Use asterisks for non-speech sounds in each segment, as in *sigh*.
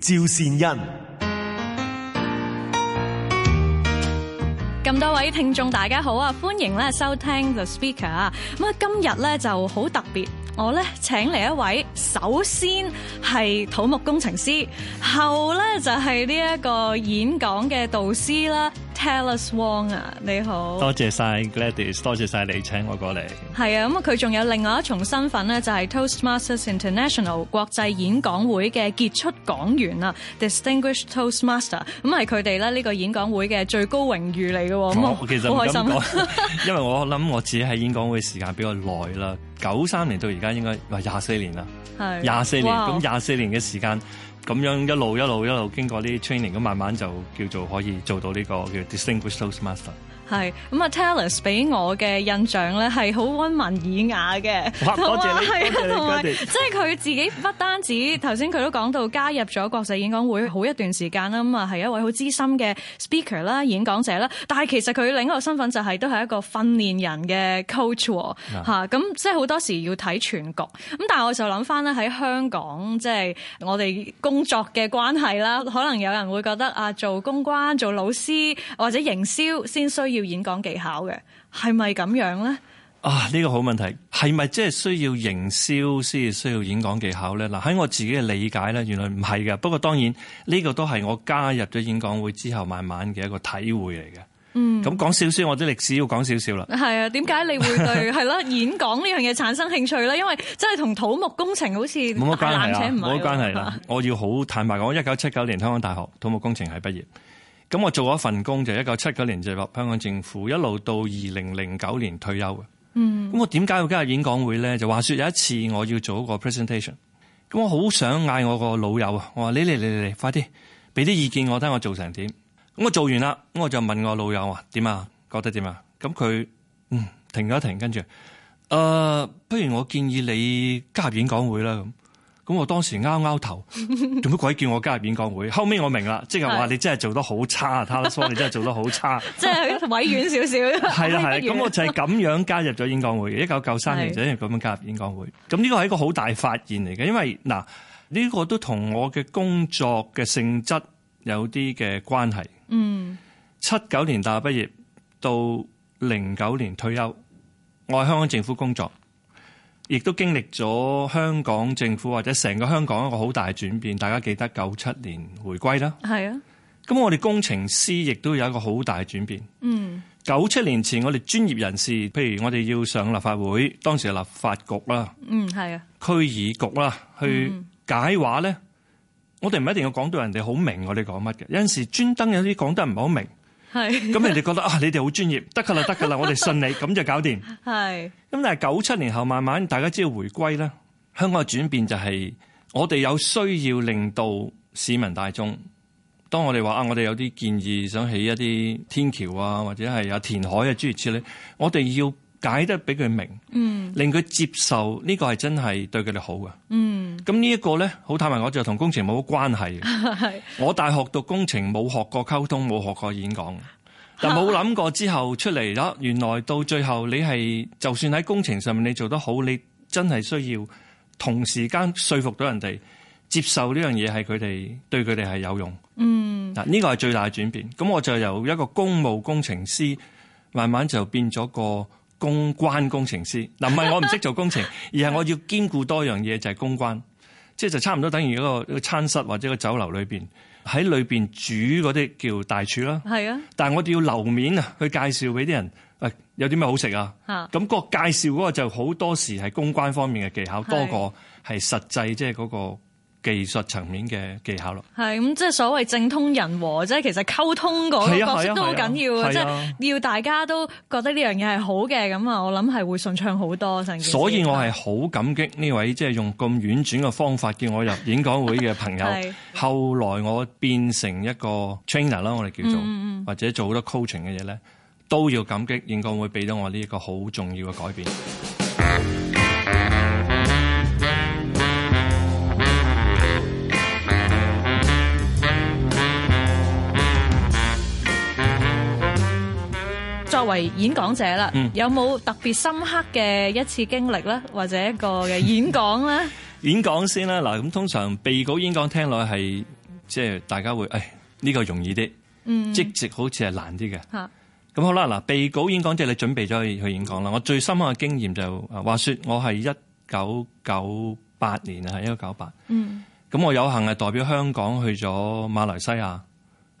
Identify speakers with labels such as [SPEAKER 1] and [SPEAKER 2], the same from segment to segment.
[SPEAKER 1] 趙善恩。
[SPEAKER 2] 咁多位聽眾大家好啊，歡迎咧收聽 The Speaker 啊。咁啊，今日咧就好特別，我咧請嚟一位，首先係土木工程師，後咧就係呢一個演講嘅導師啦，Talis Wong 啊，你好。
[SPEAKER 3] 多謝晒 Gladys，多謝晒你請我過嚟。
[SPEAKER 2] 係啊，咁佢仲有另外一重身份咧，就係 Toastmasters International 國際演講會嘅傑出講員啊，Distinguished Toastmaster。咁係佢哋咧呢個演講會嘅最高榮譽嚟嘅喎，咁
[SPEAKER 3] 哦我其實唔
[SPEAKER 2] 好
[SPEAKER 3] 敢
[SPEAKER 2] 開心啊。
[SPEAKER 3] 講， *laughs* 因為我諗我自己喺演講會時間比較耐啦。九三年到而家應該話廿四年啦，
[SPEAKER 2] 係
[SPEAKER 3] 廿四年
[SPEAKER 2] 哇
[SPEAKER 3] 咁廿四年嘅時間，咁樣一路一路一路經過啲 training，咁慢慢就叫做可以做到呢個叫 Distinguished Toastmaster。
[SPEAKER 2] 係咁啊，Talis 俾我嘅印象咧係好温文爾雅嘅，
[SPEAKER 3] 哇多謝你
[SPEAKER 2] 係
[SPEAKER 3] 多謝你
[SPEAKER 2] 同埋
[SPEAKER 3] 多
[SPEAKER 2] 即
[SPEAKER 3] 謝
[SPEAKER 2] 係佢自己不單止頭先佢都講到加入咗國際演講會好一段時間啦，咁啊係一位好資深嘅 speaker 啦、演講者啦，但係其實佢另一個身份就係、都係一個訓練人嘅 coach 喎嚇，咁、即係好多時要睇全局。咁但係我就諗翻咧喺香港，即係我哋工作嘅關係啦，可能有人會覺得啊，做公關、做老師或者營銷先需要演講技巧嘅，係咪咁樣咧？
[SPEAKER 3] 啊！呢、個好問題，係咪即係需要營銷先至需要演講技巧咧？嗱，喺我自己嘅理解咧，原來唔係嘅。不過當然呢、個都係我加入咗演講會之後慢慢嘅一個體會嚟嘅。嗯，咁講少少，我啲歷史要講少少啦。
[SPEAKER 2] 係啊，點
[SPEAKER 3] *laughs*
[SPEAKER 2] 解你會對係咯演講呢樣嘢產生興趣咧？因為真係同土木工程好似
[SPEAKER 3] 冇乜關係
[SPEAKER 2] 大纜
[SPEAKER 3] 啦，
[SPEAKER 2] 扯唔埋
[SPEAKER 3] 冇乜
[SPEAKER 2] 喎 *laughs*
[SPEAKER 3] 關係啦。我要好坦白講，我一九七九年香港大學土木工程系畢業，咁我做咗一份工就一九七九年進入香港政府，一路到二零零九年退休嘅。嗯，咁我點解要加入演講會咧？就話說有一次我要做一個 presentation，咁我好想嗌我個老友啊，我話你嚟嚟嚟嚟，快啲俾啲意見我，睇我做成點。咁我做完啦，咁我就問我老友話點啊，覺得點啊？咁佢嗯停咗一停，跟住誒，不如我建議你加入演講會啦咁。咁我當時拗拗頭，做乜鬼叫我加入演講會？後尾我明啦，即係話
[SPEAKER 2] 係
[SPEAKER 3] 你真係做得好差 t a l s 你真係做得好差。
[SPEAKER 2] 即係委婉少 *laughs* 少。
[SPEAKER 3] 係啦係啦，
[SPEAKER 2] 委婉
[SPEAKER 3] 咁我就係咁樣加入咗演講會嘅，一九九三年
[SPEAKER 2] 係
[SPEAKER 3] 就因為咁樣加入演講會。咁呢個係一個好大發現嚟嘅，因為嗱呢個都同我嘅工作嘅性質有啲嘅關係。
[SPEAKER 2] 嗯
[SPEAKER 3] 七九年大學畢業到零九年退休，我喺香港政府工作，亦都經歷咗香港政府或者成個香港一個好大嘅轉變。大家記得九七年回歸啦，
[SPEAKER 2] 係啊，
[SPEAKER 3] 咁我哋工程師亦都有一個好大嘅轉變。
[SPEAKER 2] 嗯
[SPEAKER 3] 九七年前，我哋專業人士，譬如我哋要上立法會，當時係立法局啦、
[SPEAKER 2] 嗯係啊，
[SPEAKER 3] 區議局啦，去解話咧，我哋唔一定要講到人哋好明我哋講乜嘅，有陣時專登有啲講得唔係好明。
[SPEAKER 2] 係
[SPEAKER 3] 咁人哋覺得啊，你哋好專業，得㗎啦，得㗎啦，我哋信你，咁就搞掂。咁
[SPEAKER 2] 係
[SPEAKER 3] 但係九七年後慢慢大家知道回歸啦，香港嘅轉變就係我哋有需要令到市民大眾，當我哋話啊，我哋有啲建議想起一啲天橋啊，或者係有填海啊諸如此類，我哋要解得俾佢明，嗯，令佢接受呢個係真係對佢哋好嘅。
[SPEAKER 2] 嗯
[SPEAKER 3] 咁呢一個咧，好坦白講就同工程冇關係嘅。
[SPEAKER 2] *laughs* 係
[SPEAKER 3] 我大學讀工程冇學過溝通，冇學過演講，但冇諗過之後出嚟啦，原來到最後你係就算喺工程上面你做得好，你真係需要同時間說服到人哋接受呢樣嘢係佢哋對佢哋係有用。嗯，嗱呢個係最大嘅轉變。咁我就由一個公務工程師慢慢就變咗個。公關工程師嗱，唔係我唔識做工程，而係我要兼顧多樣嘢，就係公關，即係就差唔多等於一個一個餐室或者個酒樓裏邊喺裏邊煮嗰啲叫大廚啦。
[SPEAKER 2] 係啊
[SPEAKER 3] 但係我哋要留面啊，去介紹俾啲人，喂、有啲咩好食啊？
[SPEAKER 2] 嚇
[SPEAKER 3] 咁個介紹嗰個就好多時係公關方面嘅技巧
[SPEAKER 2] 係
[SPEAKER 3] 多過係實際，即係嗰個技術層面嘅技巧咯。
[SPEAKER 2] 係咁，即係所謂政通人和啫。其實溝通嗰個
[SPEAKER 3] 係啊
[SPEAKER 2] 角色都好
[SPEAKER 3] 係啊
[SPEAKER 2] 緊要嘅，
[SPEAKER 3] 係啊
[SPEAKER 2] 即係要大家都覺得呢樣嘢係好嘅，咁啊，我諗係會順暢好多成件事。
[SPEAKER 3] 所以我係好感激呢位即係用咁婉轉嘅方法叫我入演講會嘅朋友
[SPEAKER 2] 係。
[SPEAKER 3] 後來我變成一個 trainer 啦，我哋叫做，
[SPEAKER 2] 嗯
[SPEAKER 3] 或者做好多 coaching 嘅嘢咧，都要感激演講會俾到我呢一個好重要嘅改變。
[SPEAKER 2] 作為演講者啦，
[SPEAKER 3] 嗯
[SPEAKER 2] 有冇特別深刻嘅一次經歷咧，或者一個嘅演講
[SPEAKER 3] *laughs*
[SPEAKER 2] 咧？
[SPEAKER 3] 演講先啦，嗱咁通常備稿演講聽落係即係大家會，誒呢、個容易啲，
[SPEAKER 2] 嗯
[SPEAKER 3] 即席好似係難啲嘅。
[SPEAKER 2] 嚇
[SPEAKER 3] 咁好啦，嗱備稿演講即係你準備咗去去演講啦。我最深刻嘅經驗就啊話說我係一九九八年啊，一九九八。
[SPEAKER 2] 嗯，
[SPEAKER 3] 咁我有幸係代表香港去咗馬來西亞，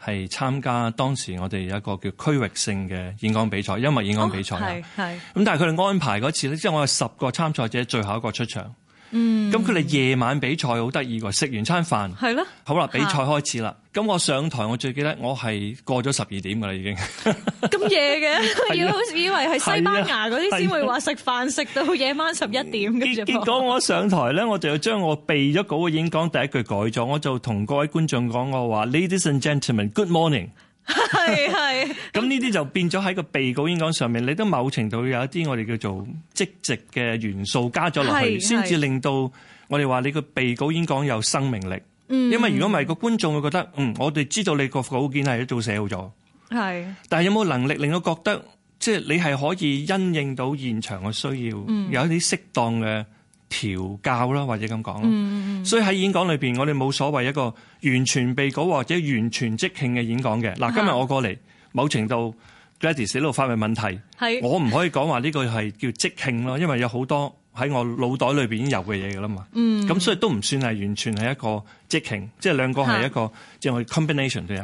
[SPEAKER 3] 係參加當時我哋有一個叫區域性嘅演講比賽，音樂演講比賽啦。
[SPEAKER 2] 哦係係
[SPEAKER 3] 咁但係佢哋安排嗰次咧，即係我有十個參賽者，最後一個出場。嗯，咁佢哋夜晚比賽好得意喎，食完餐飯，
[SPEAKER 2] 係咯，
[SPEAKER 3] 好啦，比賽開始啦。咁我上台，我最記得我係過咗十二點㗎啦，已經。
[SPEAKER 2] 咁夜
[SPEAKER 3] 啊
[SPEAKER 2] 嘅，要以為係西班牙嗰啲先會話食飯食到夜晚十一點， *laughs* 跟住
[SPEAKER 3] 結結果我上台咧，我就要將我備咗稿嘅演講第一句改咗，我就同各位觀眾講我話，Ladies and gentlemen，good morning。
[SPEAKER 2] 係係
[SPEAKER 3] *laughs* 咁呢啲就變咗喺個備稿演講上面，你都某程度有一啲我哋叫做積極嘅元素加咗落去，
[SPEAKER 2] 係
[SPEAKER 3] 先至
[SPEAKER 2] 係
[SPEAKER 3] 令到我哋話你個備稿演講有生命力。
[SPEAKER 2] 嗯
[SPEAKER 3] 因為如果唔係個觀眾會覺得，嗯，我哋知道你個稿件係一早寫好咗，
[SPEAKER 2] 係
[SPEAKER 3] 但係有冇能力令我覺得，即係你係可以因應到現場嘅需要，有一啲適當嘅調教啦，或者咁講啦。所以喺演講裏邊，我哋冇所謂一個完全備稿或者完全即興嘅演講嘅。嗱，今日我過嚟，某程度 Gladys 喺度發問問題，
[SPEAKER 2] 係
[SPEAKER 3] 我唔可以講話呢個係叫即興咯，因為有好多喺我腦袋裏邊已經有嘅嘢㗎啦嘛。咁所以都唔算係完全係一個即興，即係兩個係一個即係我哋 combination 都有。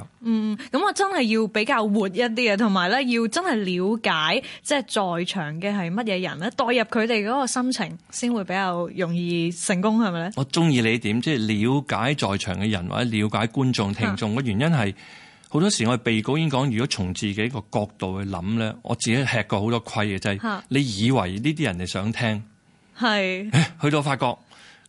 [SPEAKER 2] 咁我真係要比較活一啲啊，同埋咧要真係了解即係在場嘅係乜嘢人咧，代入佢哋嗰個心情先會比較容易成功，係咪咧？
[SPEAKER 3] 我中意你點，即係了解在場嘅人或者了解觀
[SPEAKER 2] 啊
[SPEAKER 3] 眾聽眾嘅原因係好多時我哋備稿演講，如果從自己個角度去諗咧，我自己吃過好多虧嘅，就係、
[SPEAKER 2] 嚇
[SPEAKER 3] 你以為呢啲人哋想聽， *laughs*
[SPEAKER 2] 係
[SPEAKER 3] 去到發覺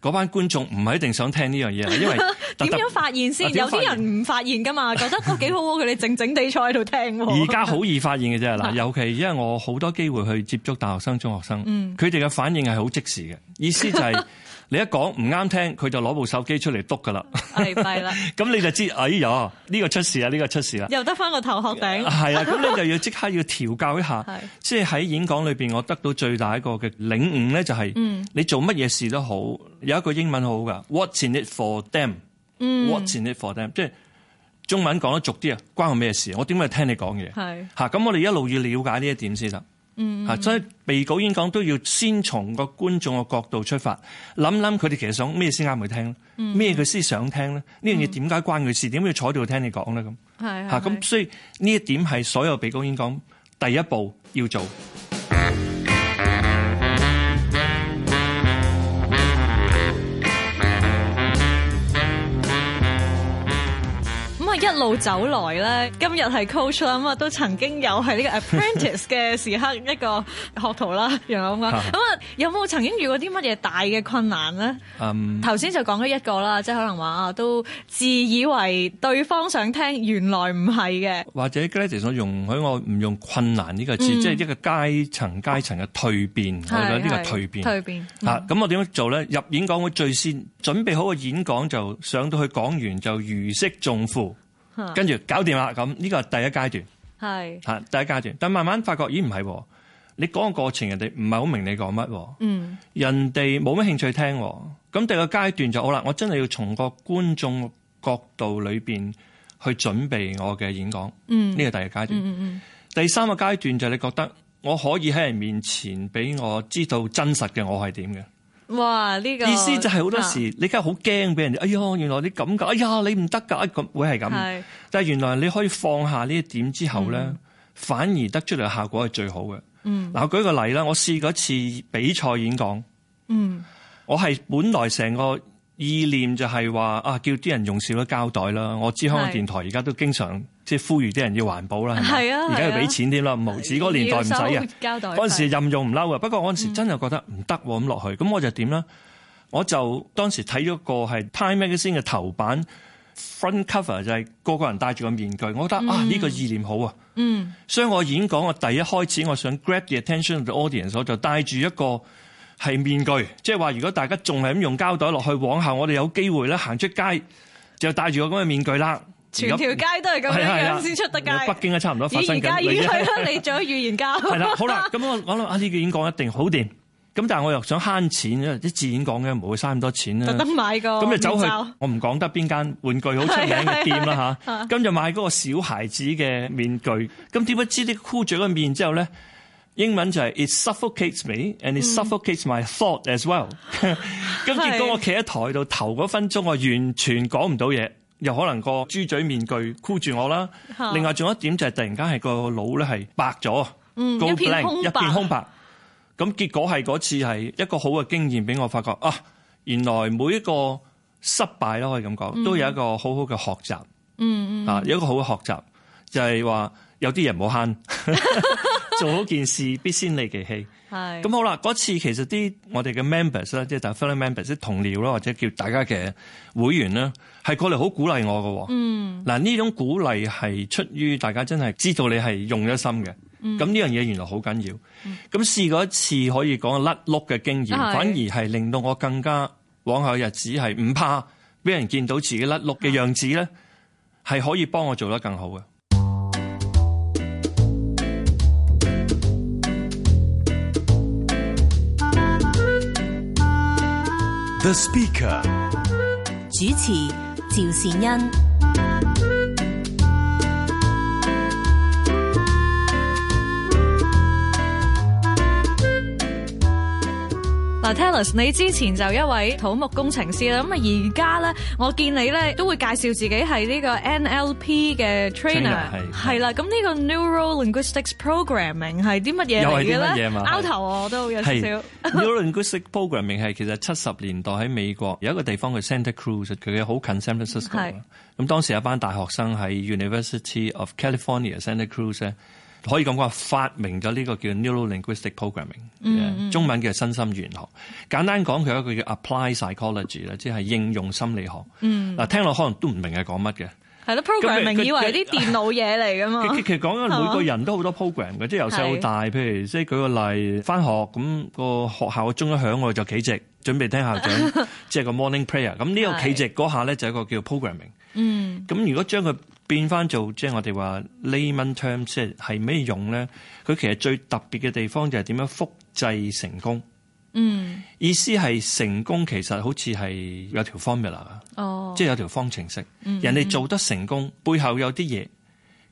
[SPEAKER 3] 嗰班觀眾唔係一定想聽呢樣嘢，
[SPEAKER 2] *laughs*
[SPEAKER 3] 因為特
[SPEAKER 2] 點
[SPEAKER 3] 特
[SPEAKER 2] 樣發現
[SPEAKER 3] 啊
[SPEAKER 2] 先？
[SPEAKER 3] 點
[SPEAKER 2] 有
[SPEAKER 3] 樣發
[SPEAKER 2] 啲
[SPEAKER 3] 現
[SPEAKER 2] 人唔發現噶嘛，覺得我幾好喎，佢哋靜靜地坐喺度聽喎。
[SPEAKER 3] 而家好易發現嘅啫，
[SPEAKER 2] 啊
[SPEAKER 3] 嗱，尤其因為我好多機會去接觸大學生、中學生，
[SPEAKER 2] 嗯
[SPEAKER 3] 佢哋嘅反應係好即時嘅，意思就係、
[SPEAKER 2] *laughs*
[SPEAKER 3] 你一講唔啱聽，佢就攞部手機出嚟篤㗎啦，
[SPEAKER 2] 係弊啦，
[SPEAKER 3] 咁你就知，哎呀，呢、個出事啊，呢、個出事啦。
[SPEAKER 2] 又得翻個頭殼頂。
[SPEAKER 3] *laughs* 係啊，咁你就要即刻要調教一下
[SPEAKER 2] 係，
[SPEAKER 3] 即係喺演講裏邊，我得到最大一個嘅領悟咧，就係你做乜嘢事都好，有一個英文好好噶，What's in it for them？What's in it for them？即係中文講得俗啲啊，關我咩事？我點解要聽你講嘢？
[SPEAKER 2] 係
[SPEAKER 3] 嚇，咁我哋一路要了解呢一點先得。嗯，嚇，所以備稿演講都要先從個觀眾嘅角度出發，諗諗佢哋其實想咩先啱佢聽咧，咩佢先想聽咧？呢樣嘢點解關佢事？點解要坐喺度聽你講咧？咁
[SPEAKER 2] 係係
[SPEAKER 3] 嚇，咁所以呢一點係所有被告演講第一步要做。
[SPEAKER 2] 咁啊，一路走來咧，今日係 coach 啦，咁啊都曾經有係呢個
[SPEAKER 3] *laughs*
[SPEAKER 2] apprentice 嘅時刻一個學徒啦，楊咁講。咁啊，有冇曾經遇過啲乜嘢大嘅困難咧？
[SPEAKER 3] 嗯，
[SPEAKER 2] 頭先就講咗一個啦，即係可能話啊，都自以為對方想聽，原來唔係嘅。
[SPEAKER 3] 或者 Gladys，我容許我唔用困難呢個字，即係一個階層階層嘅蛻變。我覺得呢個
[SPEAKER 2] 係係
[SPEAKER 3] 蛻變。
[SPEAKER 2] 蛻變
[SPEAKER 3] 嚇，咁我點樣做咧？入演講會最先準備好個演講，就上到去講完就如釋重負，跟住搞掂啦。咁呢個係第一階段。
[SPEAKER 2] 係
[SPEAKER 3] 嚇，啊第一階段。但慢慢發覺，咦唔係喎，你講個過程人哋唔係好明你講乜喎，嗯，人哋冇乜興趣聽喎。咁第二個階段就好啦，我真係要從個觀眾角度裏邊去準備我嘅演講，嗯，呢個第二個階段。第三個階段就係你覺得我可以喺人面前俾我知道真實嘅我係點嘅。
[SPEAKER 2] 哇！呢個
[SPEAKER 3] 意思就係好多
[SPEAKER 2] 啊
[SPEAKER 3] 時你而家好驚俾人哋，哎呀，原來你咁㗎，哎呀，你唔得㗎，咁會
[SPEAKER 2] 係
[SPEAKER 3] 係咁。但係原來你可以放下呢一點之後咧，
[SPEAKER 2] 嗯
[SPEAKER 3] 反而得出嚟嘅效果係最好嘅。嗯，嗱，我舉個例啦，我試過一次比賽演講，嗯，我係本來成個意念就係話啊，叫啲人用少咗膠袋啦。我知香港
[SPEAKER 2] 係
[SPEAKER 3] 電台而家都經常即係呼籲啲人要環保啦，係咪
[SPEAKER 2] 係啊
[SPEAKER 3] 而家要
[SPEAKER 2] 係啊
[SPEAKER 3] 俾錢添啦，無紙嗰個年代唔使
[SPEAKER 2] 要
[SPEAKER 3] 啊
[SPEAKER 2] 收膠袋。費
[SPEAKER 3] 嗰陣時任用唔嬲啊，不過嗰
[SPEAKER 2] 嗯
[SPEAKER 3] 陣時真係覺得唔得喎咁落去，咁我就點咧？我就當時睇咗個係 Time Magazine 嘅頭版 front cover 就係個個人戴住個面具，我覺得、啊呢、個意念好啊。
[SPEAKER 2] 嗯，
[SPEAKER 3] 所以我演講我第一開始，我想 grab the attention of the audience，我就戴住一個係面具，即係話如果大家仲係咁用膠袋落去，往後我哋有機會咧行出街就戴住個咁嘅面具啦。
[SPEAKER 2] 全條街都係咁
[SPEAKER 3] 係啊啦係
[SPEAKER 2] 樣
[SPEAKER 3] 啦
[SPEAKER 2] 樣先出得街。
[SPEAKER 3] 北京啊，差唔多發
[SPEAKER 2] 咦，
[SPEAKER 3] 生
[SPEAKER 2] 而家
[SPEAKER 3] 緊。
[SPEAKER 2] 已經
[SPEAKER 3] 類似
[SPEAKER 2] 係啦，你做咗預言家。
[SPEAKER 3] 係啦，
[SPEAKER 2] *laughs*
[SPEAKER 3] 好啦，咁我我諗啊，呢個演講一定好掂。咁但係我又想慳錢啊，啲自演講嘅唔會嘥咁多錢
[SPEAKER 2] 特
[SPEAKER 3] 啦。
[SPEAKER 2] 登買個
[SPEAKER 3] 咁就走去
[SPEAKER 2] 面罩，
[SPEAKER 3] 我唔講得邊間玩具好出名嘅店啦吓，咁就買嗰個小孩子嘅面具。咁點不知呢箍咗個面之後咧，英文就係 it suffocates me
[SPEAKER 2] 嗯
[SPEAKER 3] and it suffocates my thought as
[SPEAKER 2] *laughs*
[SPEAKER 3] well。咁結果我企喺台度頭嗰分鐘，我完全講唔到嘢。又可能個豬嘴面具箍住我啦，
[SPEAKER 2] 嚇
[SPEAKER 3] 另外仲有一點就係突然間係個腦咧係白咗，
[SPEAKER 2] 嗯
[SPEAKER 3] go
[SPEAKER 2] 一片
[SPEAKER 3] blank，
[SPEAKER 2] 空
[SPEAKER 3] 一
[SPEAKER 2] 白
[SPEAKER 3] 片空白。咁結果係嗰次係一個好嘅經驗，俾我發覺啊，原來每一個失敗啦，可以咁
[SPEAKER 2] 嗯
[SPEAKER 3] 講，都有一個好好嘅學習。嗯嗯，啊，有一個好嘅學習就係話有啲嘢
[SPEAKER 2] *laughs*
[SPEAKER 3] 唔好慳， *laughs* 做好件事必先利其器。
[SPEAKER 2] 係
[SPEAKER 3] 咁好啦，嗰次其實啲我哋嘅 members 啦，即係大 fellow members 啲同僚啦，或者叫大家嘅會員啦，係過嚟好鼓勵我嘅喎。嗯，嗱呢種鼓勵係出於大家真係知道你係用咗心嘅。咁呢樣嘢原來好緊要。咁、試過一次可以講甩碌嘅經驗，
[SPEAKER 2] 係
[SPEAKER 3] 反而係令到我更加往後日子係唔怕俾人見到自己甩碌嘅樣子咧，係可以幫我做得更好嘅。
[SPEAKER 1] The Speaker。
[SPEAKER 4] 主持趙善恩。
[SPEAKER 2] 嗱，Talis，你之前就一位土木工程師啦，咁啊而家咧，我見你咧都會介紹自己係呢個 NLP 嘅 trainer，
[SPEAKER 3] Trainer，係
[SPEAKER 2] 係啦，咁呢個 neuro linguistics programming 係啲乜嘢
[SPEAKER 3] 又
[SPEAKER 2] 嚟
[SPEAKER 3] 係啲
[SPEAKER 2] 嘅
[SPEAKER 3] 乜
[SPEAKER 2] 咧
[SPEAKER 3] 嘢？嘛
[SPEAKER 2] 拗頭我都有少
[SPEAKER 3] 係
[SPEAKER 2] 少，
[SPEAKER 3] neurolinguistic programming 係其實七十年代喺美國有一個地方叫 Santa Cruz，佢嘅好近 San
[SPEAKER 2] 係
[SPEAKER 3] Francisco 啦。咁當時有一班大學生喺 University of California Santa Cruz 咧，可以咁講發明咗呢個叫 neurolinguistic programming，嘅
[SPEAKER 2] 嗯
[SPEAKER 3] 中文叫身心語言學。簡單講，佢有一個叫 apply psychology 啦，即係應用心理學。
[SPEAKER 2] 嗯
[SPEAKER 3] 嗱，聽落可能都唔明係講乜嘅。
[SPEAKER 2] 係咯
[SPEAKER 3] 咁佢
[SPEAKER 2] ，programming
[SPEAKER 3] 佢
[SPEAKER 2] 以為係啲電腦嘢嚟噶嘛
[SPEAKER 3] 佢，其實講緊每個人都好多 program 嘅，即係由細到大。譬如即係舉個例，翻學咁個學校嘅鐘一響，我就企直準備聽校 *laughs* 長，即係個 morning prayer。咁呢個企直嗰下咧就係一個叫 programming。嗯。咁如果將佢變翻做即係我哋話 layman term，即係係咩用咧？佢其實最特別嘅地方就係點樣複製成功。嗯。意思係成功其實好似係有條 formula 啊
[SPEAKER 2] 哦，
[SPEAKER 3] 即係有條方程式。人哋做得成功，背後有啲嘢。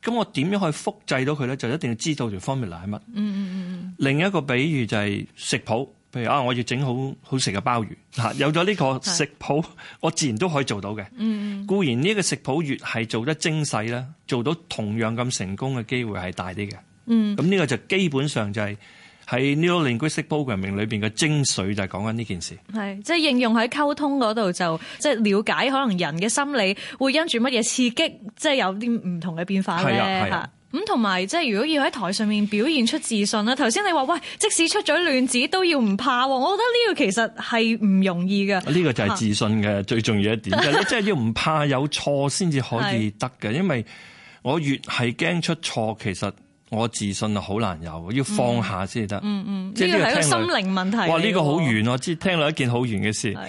[SPEAKER 3] 咁我點樣去複製到佢咧？就一定要知道條 formula 係乜。嗯嗯嗯。另一個比喻就係食譜，譬如啊，我要整好好食嘅鮑魚嚇、有咗呢個食譜，我自然都可以做到嘅。嗯固然呢個食譜越係做得精細咧，做到同樣咁成功嘅機會係大啲嘅。嗯。咁呢個就基本上就係喺 neurolinguistic programming 裏邊嘅精髓，就係講緊呢件事。
[SPEAKER 2] 係即係應用喺溝通嗰度就即係了解可能人嘅心理會因住乜嘢刺激，即係有啲唔同嘅變化
[SPEAKER 3] 係啊
[SPEAKER 2] 咧
[SPEAKER 3] 係啊
[SPEAKER 2] 嚇。咁同埋即係如果要喺台上面表現出自信啦，頭先你話喂，即使出咗亂子都要唔怕喎，我覺得呢個其實係唔容易嘅。 *laughs*
[SPEAKER 3] 呢個就係自信嘅最重要一點，就係你真係要唔怕有錯先至可以得嘅，因為我越係驚出錯，其實我自信啊好難有，要放下先至得。嗯嗯，
[SPEAKER 2] 呢個係一個心靈問題嚟嘅喎。
[SPEAKER 3] 哇！呢個好啊遠，我知聽落一件好遠嘅事
[SPEAKER 2] 係。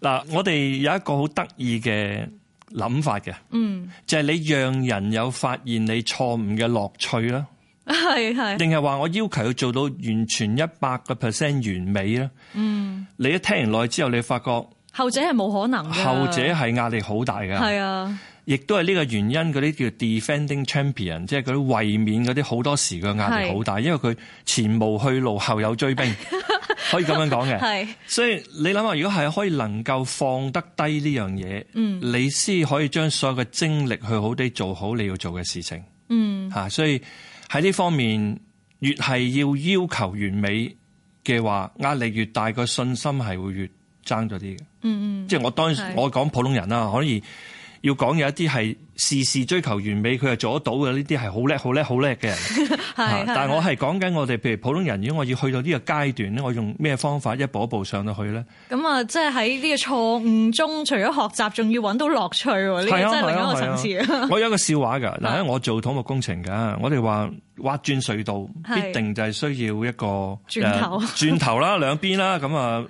[SPEAKER 3] 嗱，我哋有一個好得意嘅諗法嘅，嗯，就係你讓人有發現你錯誤嘅樂趣啦。
[SPEAKER 2] 係係
[SPEAKER 3] 定係話我要求佢做到完全一百個 percent 完美咧？嗯，你一聽完耐之後，你發覺
[SPEAKER 2] 後者係冇可能嘅。
[SPEAKER 3] 後者係壓力好大㗎。
[SPEAKER 2] 啊係啊，
[SPEAKER 3] 亦都係呢個原因，嗰啲叫 defending champion，即係嗰啲衛冕嗰啲好多時嘅壓力好大，因為佢前無去路，後
[SPEAKER 2] *laughs*
[SPEAKER 3] 有追兵，可以咁樣 *laughs* 講嘅。
[SPEAKER 2] 係
[SPEAKER 3] 所以你諗下，如果係可以能夠放得低呢樣嘢，你先可以將所有嘅精力去好地做好你要做嘅事情。嗯，嚇，所以喺呢方面，越係要要求完美嘅話，壓力越大，個信心係會越爭咗啲嘅。嗯嗯，即係我當然我講普通人啦，可以要講有一啲係事事追求完美，佢係做得到嘅呢啲係好叻、好叻、好叻嘅人。 *laughs* 啊
[SPEAKER 2] 係
[SPEAKER 3] 但係我係講緊我哋譬如普通人，如果我要去到呢個階段咧，我用咩方法一步一步上到去咧？
[SPEAKER 2] 咁啊，即係喺呢個錯誤中，除咗學習，仲要揾到樂趣喎。呢個
[SPEAKER 3] 係
[SPEAKER 2] 真
[SPEAKER 3] 啊
[SPEAKER 2] 係另
[SPEAKER 3] 係
[SPEAKER 2] 一
[SPEAKER 3] 啊
[SPEAKER 2] 個層
[SPEAKER 3] 係
[SPEAKER 2] 次。 *laughs*
[SPEAKER 3] 啊！ *laughs* 我有一個笑話㗎，嗱，
[SPEAKER 2] 啊
[SPEAKER 3] 因為我做土木工程㗎，我哋話挖轉隧道
[SPEAKER 2] 係
[SPEAKER 3] 必定就係需要一個
[SPEAKER 2] 轉頭
[SPEAKER 3] *laughs* 呃轉頭啦，兩邊啦，咁啊。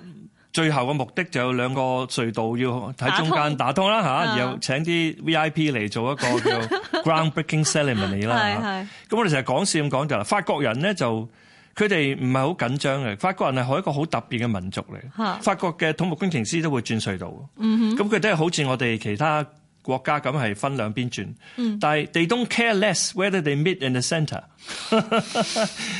[SPEAKER 3] 最後個目的就有兩個隧道要喺中間打通啦
[SPEAKER 2] 啊
[SPEAKER 3] 嚇，然後請啲 V.I.P 嚟做一個叫
[SPEAKER 2] *laughs*
[SPEAKER 3] groundbreaking ceremony 啦
[SPEAKER 2] 係
[SPEAKER 3] 嚇
[SPEAKER 2] 係
[SPEAKER 3] 咁我哋成日講笑咁講就啦，法國人咧就佢哋唔係好緊張嘅，法國人係一個好特別嘅民族
[SPEAKER 2] 嚇
[SPEAKER 3] 嚟。法國嘅土木工程師都會轉隧道，咁佢都係好似我哋其他國家咁係分兩邊轉，但係 they don't care less whether they meet in the centre，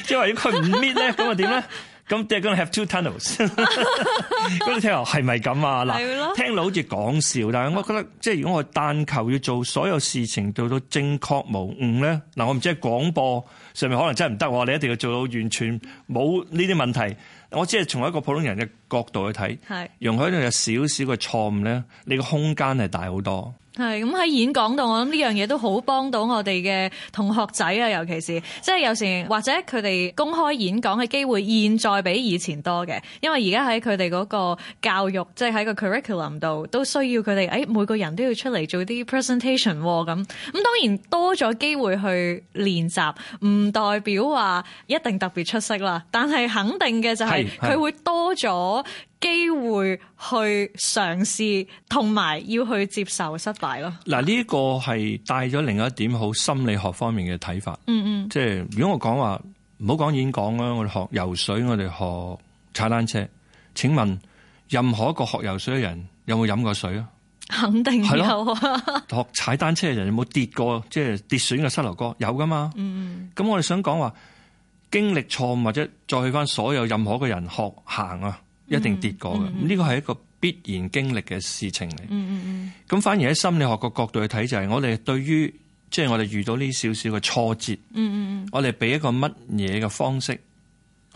[SPEAKER 3] 即係話如果佢唔 meet 咧，咁啊點咧？咁 they're gonna have
[SPEAKER 2] *laughs*
[SPEAKER 3] two tunnels。咁你聽話係咪咁啊？
[SPEAKER 2] 係咯
[SPEAKER 3] 嗱，聽落好似講笑，但係我覺得即係如果我但求要做所有事情做到正確無誤咧，嗱我唔知係廣播上面可能真係唔得喎，你一定要做到完全冇呢啲問題。我只係從一個普通人嘅角度去睇
[SPEAKER 2] 係，
[SPEAKER 3] 容許你有少少嘅錯誤咧，你個空間係大好多。
[SPEAKER 2] 係咁喺演講度，我諗呢樣嘢都好幫到我哋嘅同學仔啊，尤其是即係有時或者佢哋公開演講嘅機會，現在比以前多嘅，因為而家喺佢哋嗰個教育，即係喺個 curriculum 度都需要佢哋，誒、哎每個人都要出嚟做啲 presentation 喎咁。咁當然多咗機會去練習，唔代表話一定特別出色啦，但係肯定嘅就係
[SPEAKER 3] 係係
[SPEAKER 2] 佢會多咗。機會去嘗試，同埋要去接受失敗咯。
[SPEAKER 3] 嗱，呢個係帶咗另一點好心理學方面嘅睇法。嗯嗯，即係如果我講話唔好講演講啊啦，我哋學游水，我哋學踩單車。請問任何一個學游水嘅人有冇飲過水啊？
[SPEAKER 2] 肯定
[SPEAKER 3] 係
[SPEAKER 2] 有
[SPEAKER 3] 咯
[SPEAKER 2] 啊，
[SPEAKER 3] 學踩單車嘅人有冇跌過，即係跌損嘅膝頭哥有噶嘛？嗯，咁我哋想講話經歷錯誤或者再去翻所有任何一個人學行啊，一定跌過嘅。呢個係一個必然經歷嘅事情嚟。嗯嗯咁反而喺心理學個角度去睇，就係我哋對於即係我哋遇到呢少少嘅挫折，嗯嗯我哋俾一個乜嘢嘅方式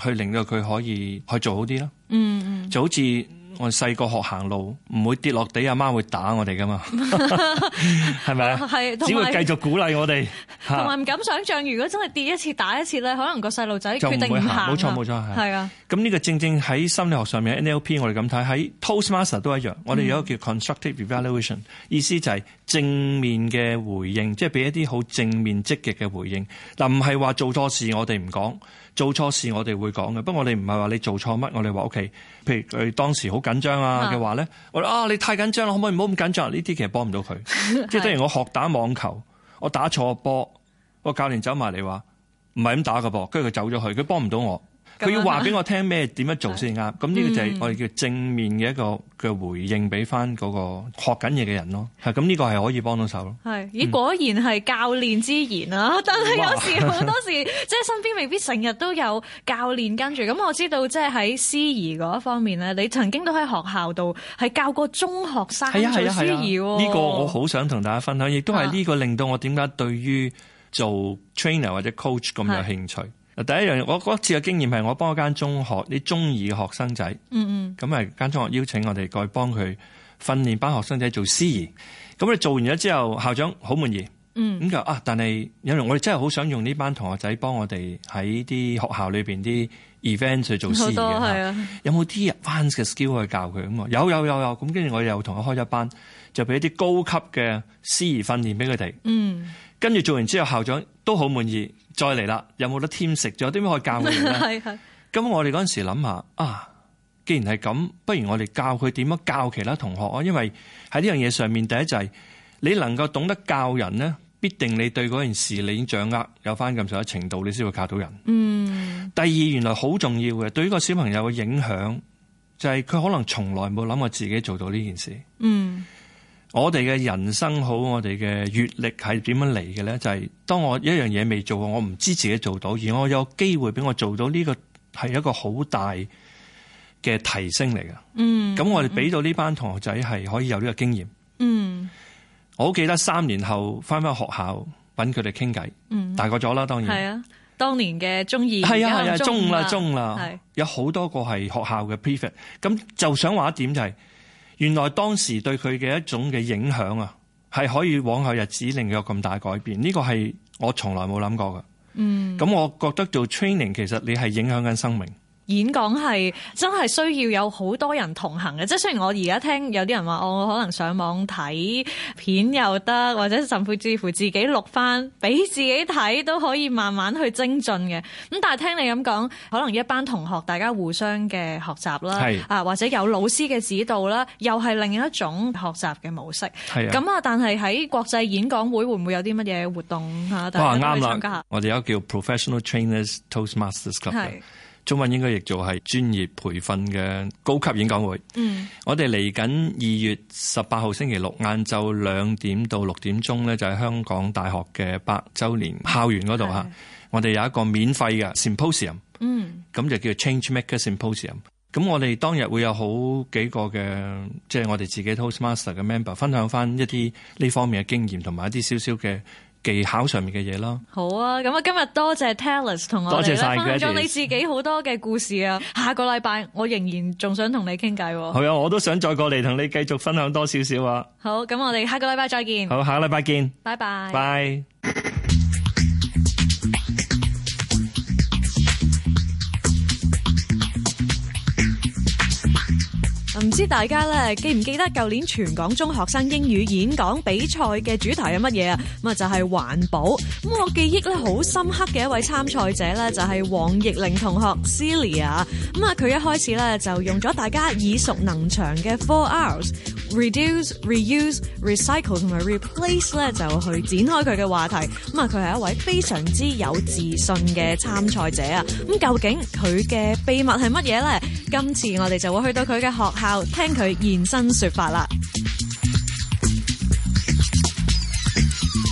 [SPEAKER 3] 去令到佢可以去做好啲啦。嗯嗯，就好似。我哋細個學行路，唔會跌落地，阿媽會打我哋噶 *laughs* 嘛，係咪啊？
[SPEAKER 2] 係同
[SPEAKER 3] 只會
[SPEAKER 2] 埋
[SPEAKER 3] 繼續鼓勵我哋，
[SPEAKER 2] *laughs*
[SPEAKER 3] 嚇
[SPEAKER 2] 同埋唔敢想像，如果真係跌一次打一次咧，可能個細路仔
[SPEAKER 3] 就唔
[SPEAKER 2] 決定
[SPEAKER 3] 會
[SPEAKER 2] 唔行啊。
[SPEAKER 3] 行冇錯冇錯係
[SPEAKER 2] 係啊，
[SPEAKER 3] 咁呢個正正喺心理學上面 NLP 我哋咁睇，喺 Toastmaster 都一樣。我哋
[SPEAKER 2] 嗯
[SPEAKER 3] 有一個叫 constructive evaluation，意思就係正面嘅回應，即係俾一啲好正面積極嘅回應。嗱，唔係話做錯事我哋唔講，做錯事我哋會講嘅。不過我哋唔係話你做錯乜，我哋話 OK。譬如佢當時好緊張啊嘅話咧，我哋啊你太緊張啦，可唔可以唔好咁緊張啊？呢啲其實幫唔到
[SPEAKER 2] *laughs*
[SPEAKER 3] 佢。即係等於我學打網球，我打錯波，個教練走埋嚟話唔係咁打嘅噃，跟住佢走咗去，佢幫唔到我。
[SPEAKER 2] 咁樣
[SPEAKER 3] 佢要話俾我聽咩點樣做先啱，咁呢個就係我哋叫正面嘅一個嘅回應俾翻嗰個學緊嘢嘅人咯，係咁呢個係可以幫到手咯。
[SPEAKER 2] 係咦，果然係教練之言啊！但係有時好多時， *laughs* 即係身邊未必成日都有教練跟住。咁我知道，即係喺司儀嗰一方面咧，你曾經都喺學校度係教過中學生
[SPEAKER 3] 係啊
[SPEAKER 2] 做
[SPEAKER 3] 係啊
[SPEAKER 2] 司
[SPEAKER 3] 係啊，
[SPEAKER 2] 儀喎。
[SPEAKER 3] 呢個我好想同大家分享，亦都係呢個令到我點解對於做 trainer 或者 coach 咁有興趣。第一樣，我嗰次嘅經驗係我幫一間中學啲中二嘅學生仔，嗯嗯，咁係間中學邀請我哋過去幫佢訓練班學生仔做司儀。咁你做完咗之後，校長好滿意。嗯，咁就啊，但係因為我哋真係好想用呢班同學仔幫我哋喺啲學校裏邊啲 event 去做司儀
[SPEAKER 2] 好多係
[SPEAKER 3] 嘅
[SPEAKER 2] 啊，
[SPEAKER 3] 有冇啲 advanced 嘅 skill 去教佢咁啊？有有有有，咁跟住我又同佢開咗班，就俾一啲高級嘅司儀訓練俾佢哋。
[SPEAKER 2] 嗯
[SPEAKER 3] 跟住做完之後，校長都好滿意，再嚟啦，有冇得添食？仲有啲咩可以教佢
[SPEAKER 2] *laughs*
[SPEAKER 3] 哋咧？
[SPEAKER 2] 係係
[SPEAKER 3] 咁我哋嗰陣時諗下啊，既然係咁，不如我哋教佢點樣教其他同學啊？因為喺呢樣嘢上面，第一就係、你能夠懂得教人呢，必定你對嗰件事你已經掌握有翻咁上下程度，你先會教到人。嗯。第二，原來好重要嘅，對於個小朋友嘅影響，就係、佢可能從來冇諗過自己做到呢件事。
[SPEAKER 2] 嗯
[SPEAKER 3] 我哋嘅人生好，我哋嘅閲歷係點樣嚟嘅呢？就係、當我一樣嘢未做過，我唔知自己做到，而我有機會俾我做到呢、個係一個好大嘅提升嚟嘅。
[SPEAKER 2] 嗯
[SPEAKER 3] 咁、我哋俾到呢班同學仔係可以有呢個經驗。
[SPEAKER 2] 嗯
[SPEAKER 3] 我好記得三年後翻返學校揾佢哋傾偈，大個咗啦，當然。
[SPEAKER 2] 嗯係啊。當年嘅中二，
[SPEAKER 3] 嗯係啊
[SPEAKER 2] 而
[SPEAKER 3] 係
[SPEAKER 2] 家
[SPEAKER 3] 啊，
[SPEAKER 2] 可能
[SPEAKER 3] 中啦中
[SPEAKER 2] 五
[SPEAKER 3] 啦
[SPEAKER 2] 係，
[SPEAKER 3] 有好多個係學校嘅 prefect。咁就想話一點就係、原來當時對佢嘅一種嘅影響啊，係可以往後日子令佢有咁大改變。呢、個係我從來冇諗過嘅。嗯，咁我覺得做 training 其實你係影響緊生命。
[SPEAKER 2] 演講係真係需要有好多人同行嘅，即係雖然我而家聽有啲人話，我可能上網睇片又得，或者甚至乎自己錄翻俾自己睇都可以慢慢去精進嘅。咁但係聽你咁講，可能一班同學大家互相嘅學習啦
[SPEAKER 3] 係，
[SPEAKER 2] 啊或者有老師嘅指導啦，又係另一種學習嘅模式。
[SPEAKER 3] 係啊
[SPEAKER 2] 咁啊，但係喺國際演講會會唔會有啲乜嘢活動嚇？
[SPEAKER 3] 哇
[SPEAKER 2] 大家都
[SPEAKER 3] 啱
[SPEAKER 2] 去參加
[SPEAKER 3] 啦
[SPEAKER 2] 下，，
[SPEAKER 3] 我哋有叫 Professional Trainers Toastmasters Club 嘅
[SPEAKER 2] 係
[SPEAKER 3] 中文應該譯做係專業培訓嘅高級演講會。嗯，我哋嚟緊二月十八號星期六晏晝兩點到六點鐘呢，就喺香港大學嘅百週年校園嗰度嚇，我哋有一個免費嘅 symposium。嗯，咁就叫 Change Maker Symposium。咁我哋當日會有好幾個嘅，即係我哋自己 Toastmaster 嘅 member 分享翻一啲呢方面嘅經驗同埋一啲少少嘅技巧上面嘅嘢啦。
[SPEAKER 2] 好啊，咁啊，今日多謝 Talis 同我哋咧
[SPEAKER 3] 多謝晒
[SPEAKER 2] 分享
[SPEAKER 3] Gladys
[SPEAKER 2] 咗你自己好多嘅故事啊！下個禮拜我仍然仲想同你傾偈喎。
[SPEAKER 3] 係啊，我都想再過嚟同你繼續分享多少少啊。
[SPEAKER 2] 好，咁我哋下個禮拜再見，
[SPEAKER 3] 好，下個禮拜見，
[SPEAKER 2] 拜嗯拜。
[SPEAKER 3] 拜。
[SPEAKER 2] 唔知大家咧記唔記得舊年全港中學生英語演講比賽嘅主題係乜嘢啊？咁啊就係環保。咁我記憶咧好深刻嘅一位參賽者咧就係黃奕玲同學 Celia。咁啊佢一開始咧就用咗大家耳熟能詳嘅 Four R's reduce、reuse、recycle 同埋 replace 咧就去展開佢嘅話題。咁啊佢係一位非常之有自信嘅參賽者啊。咁究竟佢嘅秘密係乜嘢咧？今次我哋就會去到佢嘅學校聽佢現身說法啦。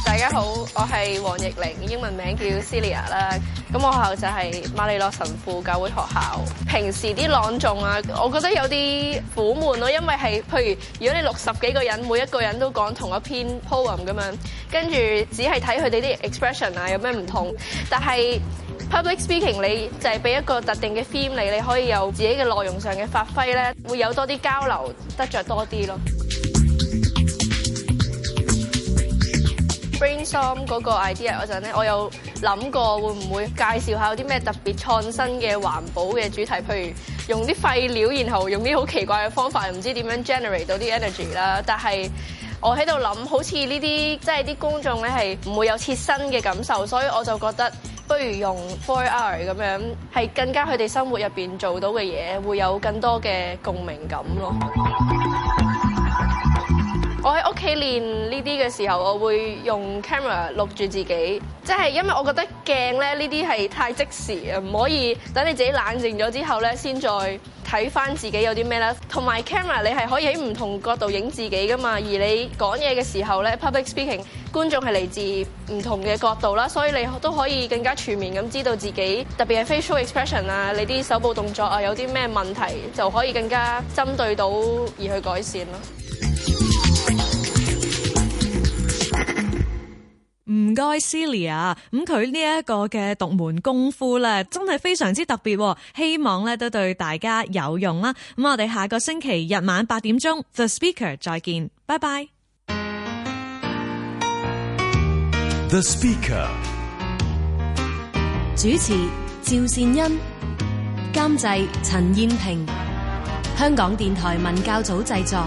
[SPEAKER 5] 大家好，我係黃奕玲，英文名叫 Celia 啦。咁我學校就係馬利諾神父教會學校。平時啲朗誦啊，我覺得有啲苦悶咯，因為係譬如如果你六十幾個人，每一個人都講同一篇 poem 咁樣，跟住只係睇佢哋啲 expression 啊有咩唔同，但係 public speaking 你就係俾一個特定嘅 theme 你，你可以有自己嘅內容上嘅發揮咧，會有多啲交流，得着多啲咯。brainstorm 嗰個 idea 嗰陣咧，我有諗過會唔會介紹下有啲咩特別創新嘅環保嘅主題，譬如用啲廢料，然後用啲好奇怪嘅方法，唔知點樣 generate 到啲 energy 啦。但係我喺度諗，好似呢啲即係啲公眾咧係唔會有切身嘅感受，所以我就覺得不如用 Four R 咁樣，係更加佢哋生活入邊做到嘅嘢，會有更多嘅共鳴感咯。我喺屋企練呢啲嘅時候，我會用 camera 錄住自己，即係因為我覺得鏡咧呢啲係太即時啊，唔可以等你自己冷靜咗之後咧，先再睇翻自己有啲咩啦。同埋 camera 你係可以喺唔同角度影自己噶嘛，而你講嘢嘅時候咧，public speaking 觀眾係嚟自唔同嘅角度啦，所以你都可以更加全面咁知道自己，特別係 facial expression 啊，你啲手部動作啊，有啲咩問題就可以更加針對到而去改善咯。
[SPEAKER 2] 唔該，Celia，咁啊佢呢一個嘅獨門功夫咧，真係非常之特別喎，希望咧都對大家有用啦。咁我哋下個星期日晚八點鐘，The Speaker 再見，拜拜。
[SPEAKER 1] The Speaker.
[SPEAKER 4] 主持趙善恩，監製陳燕萍，香港電台文教組製作。